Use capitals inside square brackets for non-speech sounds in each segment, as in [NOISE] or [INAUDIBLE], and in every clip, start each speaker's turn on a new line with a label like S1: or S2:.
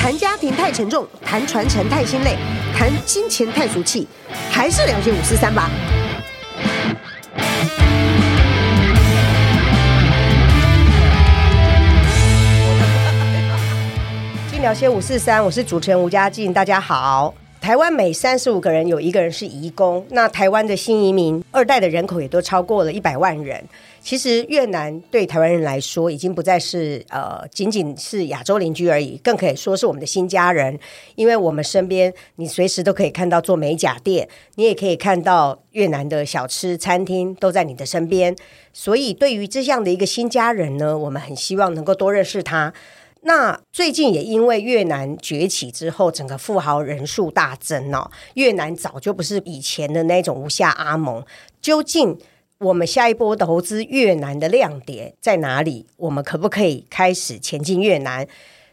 S1: 谈家庭太沉重，谈传承太心累，谈金钱太俗气，还是聊些五四三吧。今聊些五四三，我是主持人吴佳静，大家好。台湾每三十五个人有一个人是移工，那台湾的新移民二代的人口也都超过了一百万人。其实越南对台湾人来说，已经不再是呃仅仅是亚洲邻居而已，更可以说是我们的新家人，因为我们身边你随时都可以看到做美甲店，你也可以看到越南的小吃餐厅都在你的身边。所以对于这样的一个新家人呢，我们很希望能够多认识他。那最近也因为越南崛起之后，整个富豪人数大增哦。越南早就不是以前的那种无下阿蒙。究竟我们下一波投资越南的亮点在哪里？我们可不可以开始前进越南？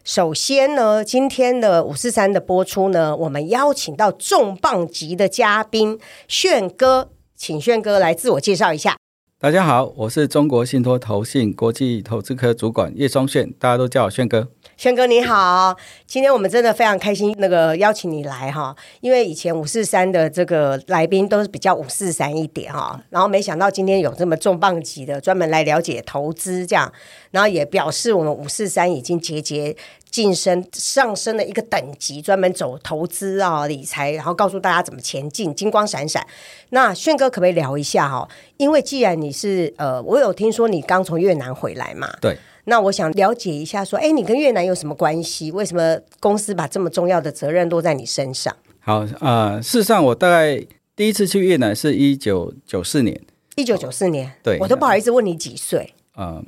S1: 首先呢，今天的五四三的播出呢，我们邀请到重磅级的嘉宾炫哥，请炫哥来自我介绍一下。
S2: 大家好，我是中国信托投信国际投资科主管叶双炫，大家都叫我炫哥。
S1: 轩哥你好，今天我们真的非常开心，那个邀请你来哈，因为以前五四三的这个来宾都是比较五四三一点哈，然后没想到今天有这么重磅级的，专门来了解投资这样，然后也表示我们五四三已经节节晋升，上升了一个等级，专门走投资啊理财，然后告诉大家怎么前进，金光闪闪。那炫哥可不可以聊一下哈？因为既然你是呃，我有听说你刚从越南回来嘛，
S2: 对，
S1: 那我想了解一下，说，哎，你跟越南有什么关系？为什么公司把这么重要的责任落在你身上？
S2: 好，呃，事实上我大概第一次去越南是一九九四年，
S1: 一九九四年，
S2: 哦对
S1: 我都不好意思问你几岁，
S2: [LAUGHS] 呃，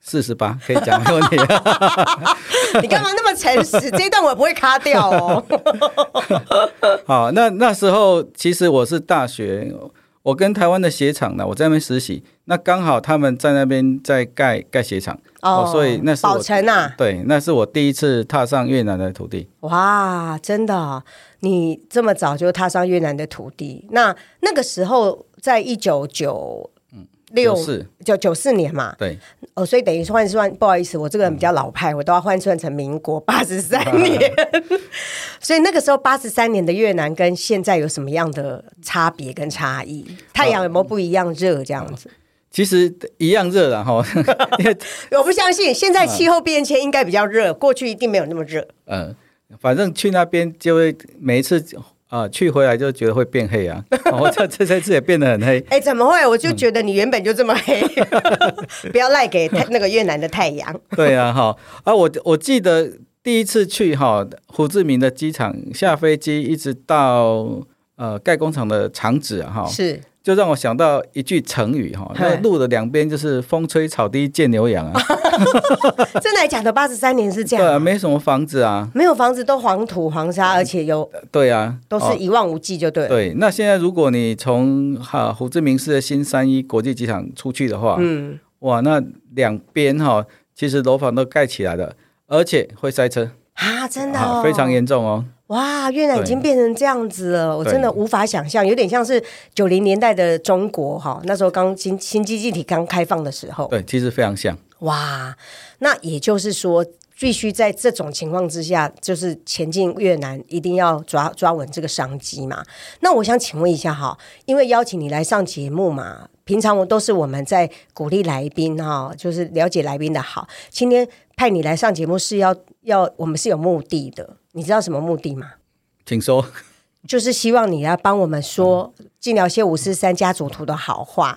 S2: 四十八，可以讲没问题。
S1: 你干嘛那么诚实？这一段我也不会卡掉
S2: [LAUGHS]
S1: 哦。
S2: 好，那那时候其实我是大学，我跟台湾的鞋厂呢，我在那边实习，那刚好他们在那边在盖盖鞋厂，
S1: 哦
S2: 哦所以那是
S1: 宝
S2: 我
S1: 城啊，
S2: 对，那是我第一次踏上越南的土地。
S1: 哇，真的哦、你这么早就踏上越南的土地？那那个时候在一九九六
S2: 94
S1: 九九四年嘛，
S2: 对，
S1: 哦，所以等于换算，不好意思，我这个人
S2: 嗯
S1: 比较老派，我都要换算成民国八十
S2: [LAUGHS]
S1: 三年。所以那个时候八十三年的越南跟现在有什么样的差别跟差异？太阳有
S2: 呃
S1: 没有不一样热这样子？
S2: 其实一样热了哈，因为
S1: 我不相信，
S2: 嗯
S1: 现在气候变迁应该比较热，过去一定没有那么热。
S2: 呃，反正去那边就会每一次啊、呃去回来就觉得会变黑啊， [LAUGHS] 我这这这次也变得很黑。
S1: 哎，怎么会？我
S2: 嗯
S1: 就觉得你原本就这么
S2: [LAUGHS]
S1: 黑，不要赖给太那个越南的太阳。
S2: 对啊，哈啊，我我记得第一次去哈胡志明的机场下飞机，一直到呃盖工厂的厂址啊哈，
S1: 是
S2: 就让我想到一句成语哈，那
S1: 嘿
S2: 路的两边就是风吹草低见牛羊啊，
S1: 真的还假的？八十三年哦是这
S2: 对啊，
S1: 样，
S2: 没什么房子啊，
S1: 没有房子都黄土黄沙，而且有
S2: 对啊，
S1: 都是
S2: 哦
S1: 一望无际，就对了。
S2: 对，那现在如果你从哈、胡志明市的新三一国际机场出去的话，
S1: 嗯，
S2: 哇，那两边哈、其实楼房都盖起来了，而且会塞车，
S1: 啊，真的、哦
S2: 啊，非常严重哦。
S1: 哇！越南已
S2: 对
S1: 经变成这样子了，我真的
S2: 对
S1: 无法想象，有点像是九零年代的中国哈，那时候刚新新经济体刚开放的时候，
S2: 对，其实非常像。
S1: 哇！那也就是说，必须在这种情况之下，就是前进越南，一定要抓抓稳这个商机嘛。那我想请问一下哈，因为邀请你来上节目嘛，平常我都是我们在鼓励来宾哈，就是了解来宾的好。今天派你来上节目是要要我们是有目的的，你知道什么目的吗？
S2: 请说，
S1: 就是希望你来帮我们说
S2: 嗯
S1: 尽聊些五四三家族图的好
S2: [LAUGHS]
S1: 话。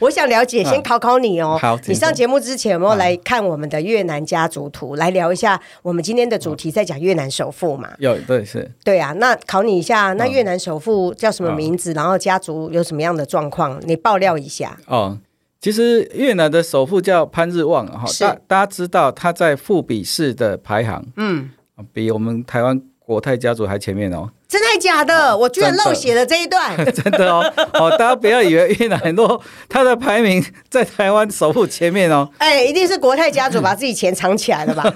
S1: 我想了解，先考考你哦。
S2: 嗯好请
S1: 你
S2: 说嗯
S1: 上节目之前有没有来看我们的越南家族图，来聊一下我们今天的主题在讲越南首富嘛？
S2: 有对是
S1: 对啊，那考你一下，
S2: 嗯
S1: 那越南首富叫什么名字？然后家族有什么样的状况？你爆料一下。 [LAUGHS]
S2: 哦。其实越南的首富叫潘日旺哈，
S1: 是
S2: 大大家知道他在富比士的排行，嗯，比我们台湾国泰家族还前面哦， [LAUGHS]
S1: 真的假的？我居然
S2: 真的
S1: 漏写了这一段，
S2: 真的哦，哦，大家不要以为越南落他的排名在台湾首富前面哦，
S1: [LAUGHS] 哎，一定是国泰家族把自己钱藏起来了吧？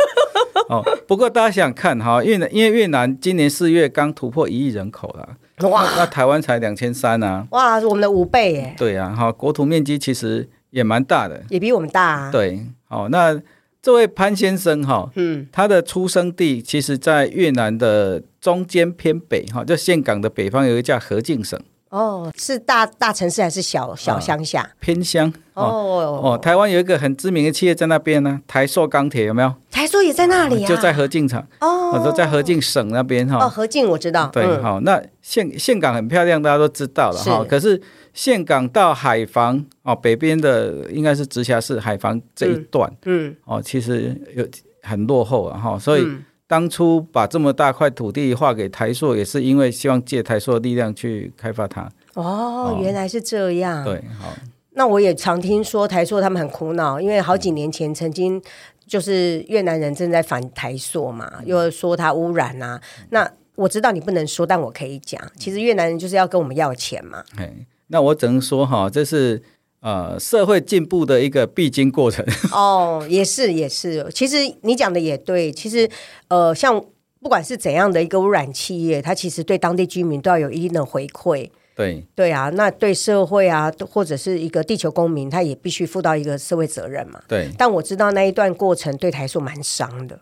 S2: [LAUGHS] 哦，不过大家想想看哈，越南因为越南今年四月刚突破一亿人口了，
S1: 哇
S2: 那那台湾才两千三啊，
S1: 哇，我们的五倍耶，
S2: 对啊，好，国土面积其实也蛮大的，
S1: 也比我们大、啊。，
S2: 对，好，那这位潘先生哈、
S1: 嗯，
S2: 他的出生地其实在越南的中间偏北哈，就岘港的北方有一叫河静省
S1: 哦，是大大城市还是小小乡下？
S2: 偏乡啊哦
S1: 哦，
S2: 哦，台湾有一个很知名的企业在那边呢，台塑钢铁有没有？
S1: 台塑也在那里啊，
S2: 哦就在河静厂，我说
S1: 哦
S2: 在河静省那边哈。
S1: 哦，何静我知道，
S2: 对，
S1: 嗯
S2: 好、那岘岘港很漂亮，大家都知道了哈。
S1: 是
S2: 可是岘港到海防哦，北边的应该是直辖市海防这一段、
S1: 嗯，
S2: 哦，其实有很落后啊哈、所以当初把这么大块土地划给台塑，也是因为希望借台塑的力量去开发它。
S1: 哦
S2: 哦，
S1: 原来是这样。
S2: 对，好、
S1: 那我也常听说台塑他们很苦恼，因为好几年前曾经就是越南人正在反台塑嘛，
S2: 嗯
S1: 又说它污染啊。那我知道你不能说，但我可以
S2: 嗯
S1: 讲，其实越南人就是要跟我们要钱嘛。
S2: 哎，那我只能说哈、这是呃社会进步的一个必经过程。 [LAUGHS]
S1: [LAUGHS] 哦，也是也是，其实你讲的也对。其实，呃，像不管是怎样的一个污染企业，它其实对当地居民都要有一定的回馈。
S2: 对，
S1: 对啊，那对社会啊，或者是一个地球公民，他也必须负到一个社会责任嘛。
S2: 对。
S1: 但我知道那一段过程对台塑蛮伤的。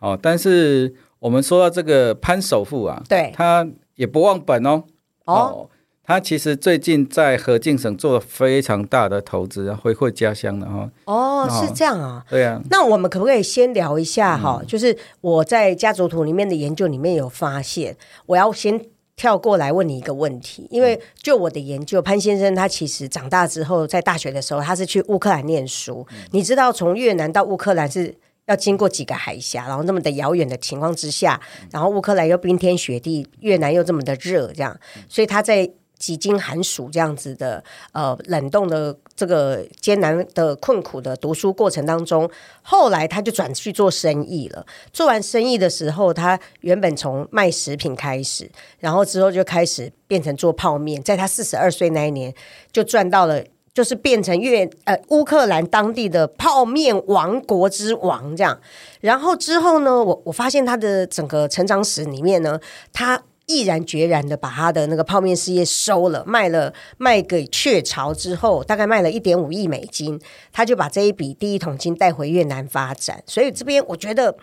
S2: 哦，但是我们说到这个潘首富啊，
S1: 对
S2: 他也不忘本哦。
S1: 哦，
S2: 他其实最近在河静省做了非常大的投资，回馈家乡了哈、哦。
S1: 哦，
S2: 哦
S1: 是这样啊。
S2: 对啊，
S1: 那我们可不可以先聊一下哈？就是我在家族图里面的研究里面有发现，我要先跳过来问你一个问题，因为就我的研究，潘先生他其实长大之后，在大学的时候他是去乌克兰念书。你知道从越南到乌克兰是要经过几个海峡，然后那么的遥远的情况之下，然后乌克兰又冰天雪地，越南又这么的热，这样，所以他在。几经寒暑这样子的，呃，冷冻的这个艰难的困苦的读书过程当中，后来他就转去做生意了。做完生意的时候，他原本从卖食品开始，然后之后就开始变成做泡面。在他四十二岁那一年，就赚到了，就是变成越呃乌克兰当地的泡面王国之王这样。然后之后呢，我我发现他的整个成长史里面呢，他。毅然决然的把他的那个泡面事业收了，卖了卖给雀巢之后，大概卖了一点五亿美金，他就把这一笔第一桶金带回越南发展。所以这边我觉得呃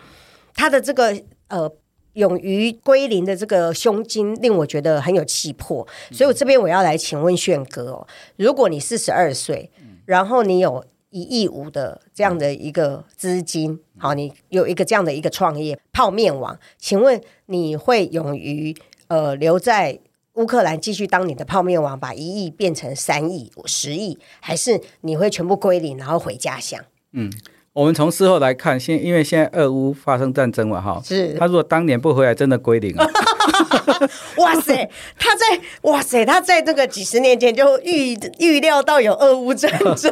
S1: 他的这个呃勇于归零的这个胸襟，令我觉得很有气魄。所以我这边我要来请问炫哥哦，如果你四十二岁，然后你有一亿五的这样的一个资金，好，你有一个这样的一个创业泡面网，请问你会勇于呃留在乌克兰继续当你的泡面王，把一亿变成三亿、十亿，还是你会全部归零，然后回家乡？
S2: 我们从事后来看，现因为现在俄乌发生战争了哈，
S1: 是
S2: 他如果当年不回来，真的归零啊。
S1: [LAUGHS] 哇塞，他在哇塞，他在这个几十年前就预预料到有俄乌战争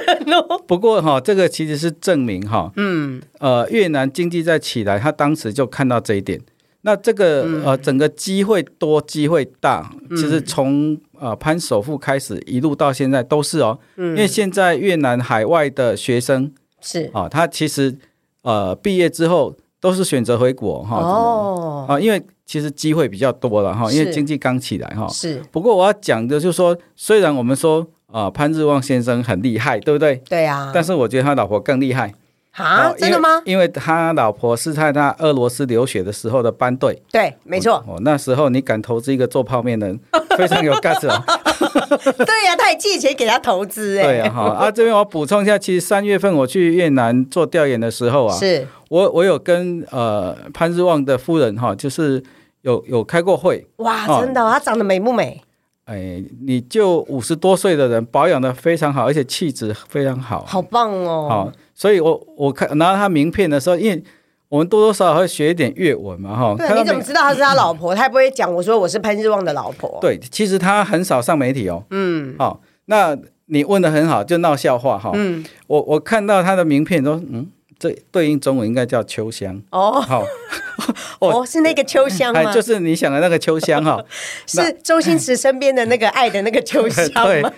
S1: 哦。 [LAUGHS]
S2: 不过哈、这个其实是证明哈、嗯，呃，越南经济在起来，他当时就看到这一点。那这个、
S1: 嗯
S2: 呃，整个机会多，机会大，其实从呃潘首富开始一路到现在都是哦，
S1: 嗯
S2: 因为现在越南海外的学生
S1: 是
S2: 啊、他其实呃毕业之后都是选择回国哈，
S1: 哦，
S2: 啊、因为其实机会比较多了哈，因为
S1: 是
S2: 经济刚起来哈，
S1: 哦是，
S2: 不过我要讲的就是说，虽然我们说啊、呃潘日旺先生很厉害，对不对？
S1: 对啊，
S2: 但是我觉得他老婆更厉害
S1: 啊，
S2: 哦
S1: 真的吗？
S2: 因为？因为他老婆是在他俄罗斯留学的时候的班队，
S1: 对，没错，
S2: 哦，那时候你敢投资一个做泡面的人，非常有 guts
S1: [LAUGHS]
S2: 哦。
S1: 对啊呀、他还借钱给他投资、哎，
S2: 对呀、哈啊，这边我补充一下，其实三月份我去越南做调研的时候啊，
S1: 是
S2: 我我有跟呃潘日旺的夫人哈、就是有有开过会。
S1: 哇，
S2: 哦
S1: 真的哦、他长得美不美？
S2: 哎，你就五十多岁的人保养的非常好，而且气质非常好，
S1: 好棒
S2: 好、
S1: 哦！
S2: 所以我我看拿到他名片的时候，因为我们多多少少会学一点越文嘛，哈。
S1: 对啊，
S2: 看到
S1: 你怎
S2: 名
S1: 么知道她是他老婆？他也不会讲我说我是潘日旺的老婆。
S2: 对，其实他很少上媒体哦。
S1: 嗯，
S2: 好、那你问的很好，就闹笑话哈、嗯，我我看到他的名片说，嗯，这对应中文应该叫秋香。
S1: 哦
S2: 好、
S1: 哦，是那个秋 [LAUGHS] 香吗？
S2: 哎，就是你想的那个秋香哈、
S1: 是周星驰身边的那个爱的那个秋
S2: [LAUGHS]
S1: 香
S2: 对
S1: 吗？，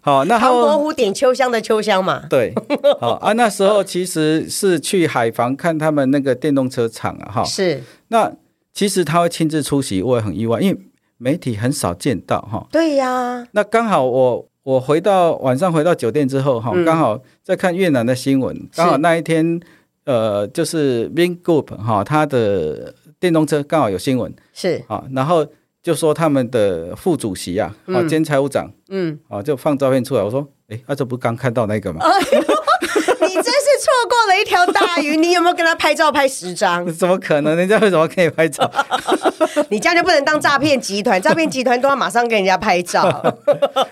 S2: 好、那
S1: 唐伯
S2: 后
S1: 虎点秋香的秋香嘛？
S2: 对，好、啊，那时候其实是去海防看他们那个电动车厂啊，哈、
S1: 是
S2: 那其实他会亲自出席，我也很意外，因为媒体很少见到哈。
S1: 对呀、
S2: 那刚好我我回到晚上回到酒店之后哈，
S1: 嗯
S2: 刚好在看越南的新闻，刚好那一天呃就是 Vin Group 哈，它的电动车刚好有新闻
S1: 是， [LAUGHS]
S2: 啊，然后就说他们的副主席啊，啊兼财务长
S1: 嗯，哦
S2: 啊就放照片出来，我说诶，啊这不是刚看到那个吗？
S1: 你真是错过了一条大鱼。你有没有跟他拍照拍十
S2: [LAUGHS]
S1: 张？
S2: 怎么可能？人家为什么可以
S1: [LAUGHS]
S2: 拍照？
S1: 你这样就不能当诈骗集团，诈骗集团都要马上跟人家拍
S2: [LAUGHS]
S1: 照。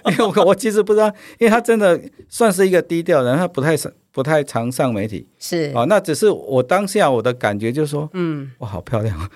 S2: 因为我我其实不知道，因为他真的算是一个低调的人，他不太上不太常上媒体
S1: 是，
S2: 啊、那只是我当下我的感觉就是说，嗯，哇，好漂亮啊！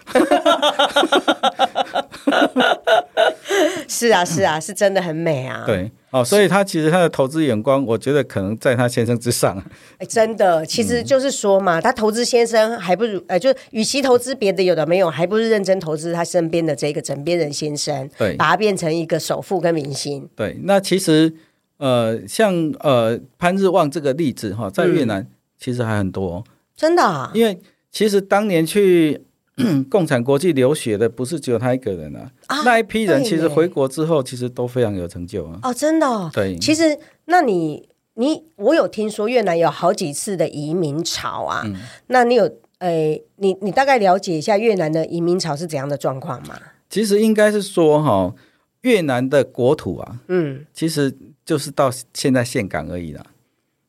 S1: 是啊，是啊，是真的很美啊。
S2: 对，哦，所以他其实他的投资眼光，我觉得可能在他先生
S1: [LAUGHS]
S2: 之上。啊
S1: 哎，真的，其实就是说嘛，他投资先生还不如，呃，就与其投资别的有的没有，还不如认真投资他身边的这个枕边人先生，
S2: 对
S1: 把他变成一个首富跟明星。
S2: 对，那其实呃，像呃潘日旺这个例子哈、在越
S1: 嗯
S2: 南其实还很多、哦，
S1: 真的、啊，
S2: 因为其实当年去 [CLEARS THROAT] 共产国际留学的不是只有他一个人啊，
S1: 啊
S2: 那一批人
S1: 对
S2: 其实
S1: 耶
S2: 回国之后其实都非常有成就啊。
S1: 哦，真的哦、
S2: 对，
S1: 其实，那你你我有听说越南有好几次的移民潮啊，
S2: 嗯
S1: 那你有，诶、你你大概了解一下越南的移民潮是怎样的状况吗？
S2: 其实应该是说哈、越南的国土啊，
S1: 嗯，
S2: 其实就是到现在岘港而已啦。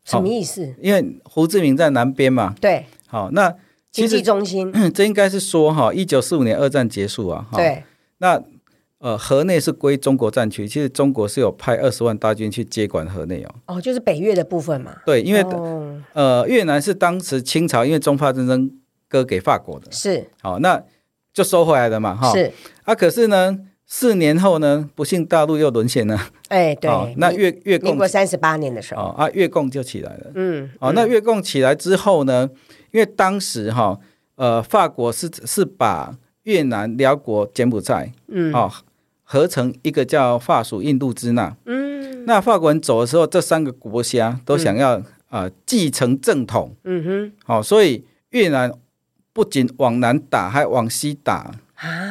S1: 什么意思？
S2: 因为胡志明在南边嘛，
S1: 对，
S2: 好、那 [CLEARS THROAT]
S1: 经
S2: 其
S1: 济
S2: 实
S1: 中心，
S2: 这应该是说哈，一九四五年二战结束啊，哈，
S1: 对，
S2: 那呃河内是归中国战区，其实中国是有派二十万大军去接管河内哦。
S1: 哦，就是北越的部分嘛，
S2: 对，因为、
S1: 哦、
S2: 呃越南是当时清朝因为中法战争割给法国的，
S1: 是
S2: 好、那就收回来了嘛，哈、
S1: 是。
S2: 啊，可是呢，四年后呢，不幸大陆又沦陷了，
S1: 哎，对，
S2: 哦那
S1: 民
S2: 越越
S1: 民
S2: 共
S1: 国三十八年的时候，
S2: 哦啊越共就起来了。
S1: 嗯，
S2: 哦，那越共起来之后呢，因为当时哈、呃，法国是是把越南、辽国、柬埔寨，嗯，哦，合成一个叫法属印度支那，嗯，那法国人走的时候，这三个国家都想要啊、呃继承正统，
S1: 嗯哼，
S2: 哦，所以越南不仅往南打，还往西打，
S1: 啊，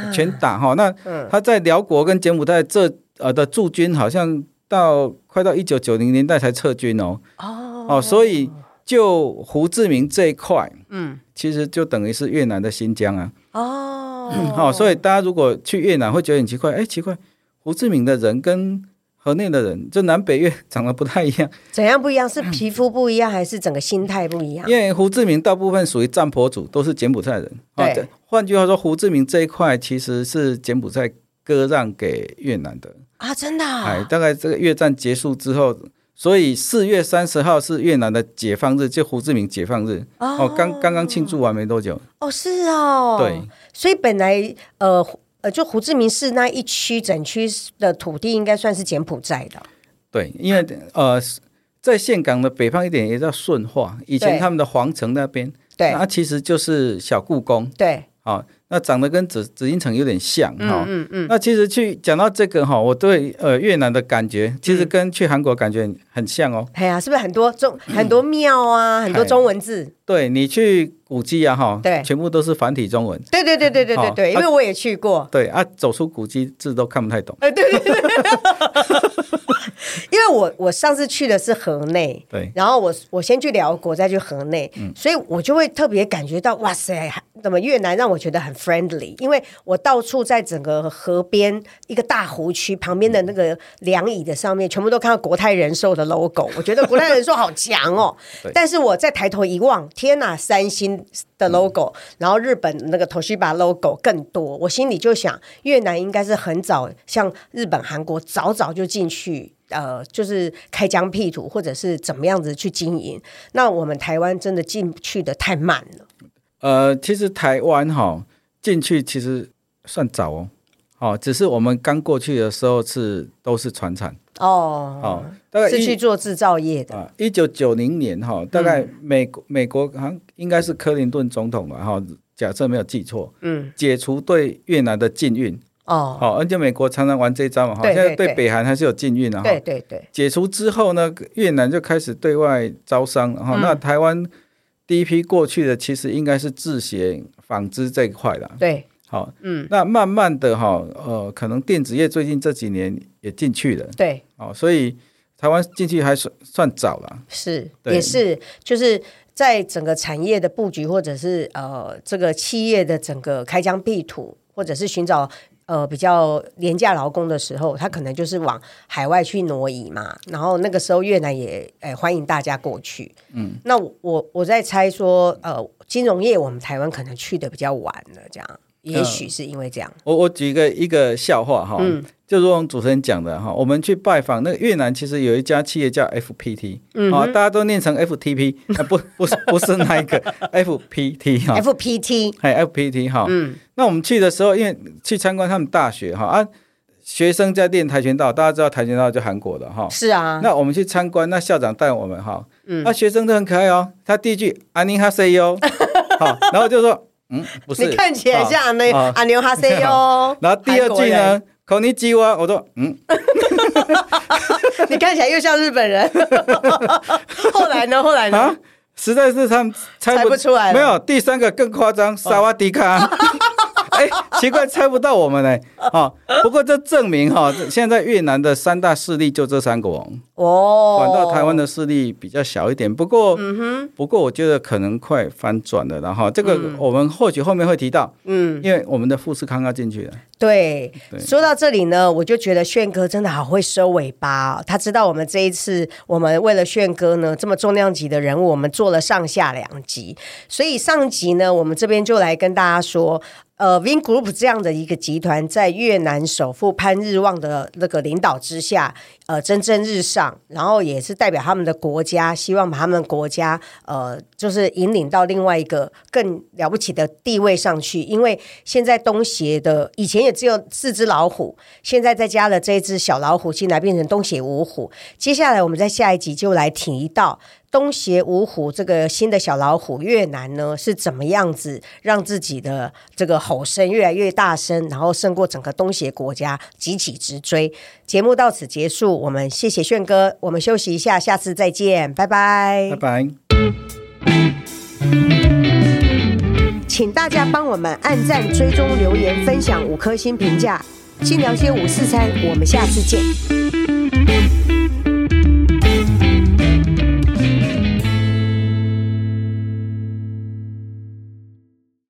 S1: 嗯
S2: 全打哈、那他在辽国跟柬埔寨这呃的驻军好像到快到一九九零年代才撤军哦。
S1: 哦，
S2: 哦，所以就胡志明这一块，嗯，其实就等于是越南的新疆啊。
S1: 哦，
S2: 哦，所以大家如果去越南会觉得很奇怪，哎，奇怪，胡志明的人跟河内的人，就南北越长得不太一样，
S1: 怎样不一样？是皮肤不一样，还是整个心态不一样？
S2: 因为胡志明大部分属于占婆族，都是柬埔寨人。哦
S1: 对
S2: 这换句话说，胡志明这一块其实是柬埔寨割让给越南的。
S1: 啊，真的啊、
S2: 哎，大概这个越战结束之后，所以四月三十号是越南的解放日，就胡志明解放日。哦，刚刚刚庆祝完没多久。
S1: 哦，是哦，
S2: 对，
S1: 所以本来呃胡呃，就胡志明市那一区整区的土地应该算是柬埔寨的，
S2: 对，因为
S1: 啊
S2: 呃，在岘港的北方一点也叫顺化，以前
S1: 对
S2: 他们的皇城那边，
S1: 对、
S2: 它其实就是小故宫
S1: 对，
S2: 啊、哦，那长得跟紫紫禁城有点像哈。嗯嗯那其实去讲到这个哈、我对呃越南的感觉，其
S1: 嗯
S2: 实跟去韩国感觉很很像哦。
S1: 哎呀，是不是很多中很多庙啊，很多中文字？
S2: 对你去古迹啊哈，
S1: 对
S2: 全部都是繁体中文。
S1: 对对对对对对
S2: 哦
S1: 对，因为我也去过。
S2: 对啊，走出古迹字都看不太懂。
S1: 呃，对对对， [LAUGHS] 因为我我上次去的是河内，
S2: 对
S1: 然后我我先去辽国，再去河内，所以我就会特别感觉到，哇塞，怎么越南让我觉得很 friendly？因为我到处在整个河边一个大湖区旁边的那个凉椅的上面，全部都看到国泰人寿的 logo，我觉得国泰人寿好强哦
S2: 对。嗯
S1: 但是我再抬头一望，天哪，三星的 logo，、然后日本那个 Toshiba logo 更多，我心里就想，越南应该是很早，像日本、韩国早早就进去。呃，就是开疆辟土，或者是怎么样子去经营。那我们台湾真的进去的太慢了，
S2: 呃，其实台湾哈、进去其实算早哦，哦，只是我们刚过去的时候是都是船产
S1: 哦，
S2: 哦，大概
S1: 是去嗯
S2: 一
S1: 做制造业的，
S2: 啊一九九零年哈、大概美国、美国好像应该是克林顿总统吧哈、假设没有记错，
S1: 嗯，
S2: 解除对越南的禁运，
S1: 哦，
S2: 哦，而且美国常常玩这一招嘛，哈、
S1: 对
S2: 现在
S1: 对
S2: 对
S1: 对
S2: 北韩还是有禁运啊，哈
S1: 对对对，
S2: 解除之后呢，越南就开始对外招商了哈、
S1: 嗯
S2: 那台湾第一批过去的其实应该是制鞋、纺织这一块的。
S1: 对，
S2: 好，嗯，那慢慢的哈，呃，可能电子业最近这几年也进去了，
S1: 对，
S2: 哦，所以台湾进去还算算早了，
S1: 是，
S2: 对
S1: 也是，就是在整个产业的布局，或者是呃这个企业的整个开疆辟土，或者是寻找呃比较廉价劳工的时候，他可能就是往海外去挪移嘛。然后那个时候越南也哎欢迎大家过去，嗯，那我我我在猜说，呃，金融业我们台湾可能去的比较晚了，这样。也许
S2: 嗯
S1: 是因为这样，
S2: 我我举一个一个笑话哈，
S1: 嗯
S2: 就如我们主持人讲的哈，我们去拜访那个越南，其实有一家企业叫 FPT，啊，
S1: 嗯
S2: 大家都念成 FTP，啊 [LAUGHS] 不不是不是那一
S1: [LAUGHS]
S2: 个 FPT 哈，哎
S1: FPT
S2: 还 FPT 哈，嗯，那我们去的时候，因为去参观他们大学哈啊，学生在练跆拳道，大家知道跆拳道就韩国的哈，
S1: 是啊，嗯
S2: 那我们去参观，那校长带我们哈，那学生都很可爱哦，他第一句安妮哈 say 哟，好，然后就说嗯不
S1: [LAUGHS]
S2: 是，
S1: 你看起来
S2: 好
S1: 像那
S2: 啊
S1: 阿牛哈塞
S2: [LAUGHS]
S1: 哟，
S2: 然后第
S1: 韩
S2: 二
S1: 国
S2: 句
S1: 人
S2: 呢，口尼基哇，我说嗯，
S1: [LAUGHS] 你看起来又像日本
S2: [LAUGHS]
S1: 人。后来呢？后来呢？
S2: 啊实在是他们猜
S1: 嗯猜不出来了哦
S2: 没有第三个更夸张，萨瓦迪卡。 [LAUGHS] 哎，奇怪，猜不到我们呢、哦，不过这证明哈、这现在越南的三大势力就这三国，
S1: 哦，嗯
S2: 管到台湾的势力比较小一点。不过，不过我觉得可能快翻转了。然后这
S1: 嗯
S2: 个我们或许后面会提到，嗯，因为我们的富士康要进去了。
S1: 对，
S2: 对
S1: 说到这里呢，我就觉得炫哥真的好会收尾巴、哦。他知道我们这一次，我们为了炫哥呢这么重量级的人物，我们做了上下两集。所以上集呢，我们这边就来跟大家说，呃，Vin Group 这样的一个集团，在越南首富潘日旺的那个领导之下，呃，蒸蒸日上，然后也是代表他们的国家，希望把他们国家呃，就是引领到另外一个更了不起的地位上去。因为现在东协的以前也只有四只老虎，现在再加了这一只小老虎进来，变成东协五虎。接下来我们在下一集就来提到东协五虎这个新的小老虎越南呢是怎么样子让自己的这个吼声越来越大声，然后胜过整个东协国家，急起直追。节目到此结束，我们谢谢炫哥，我们休息一下，下次再见，拜拜
S2: 拜。拜。
S1: 请大家帮我们按赞、追踪、留言、分享五颗星评价，新聊些五四三，我们下次见。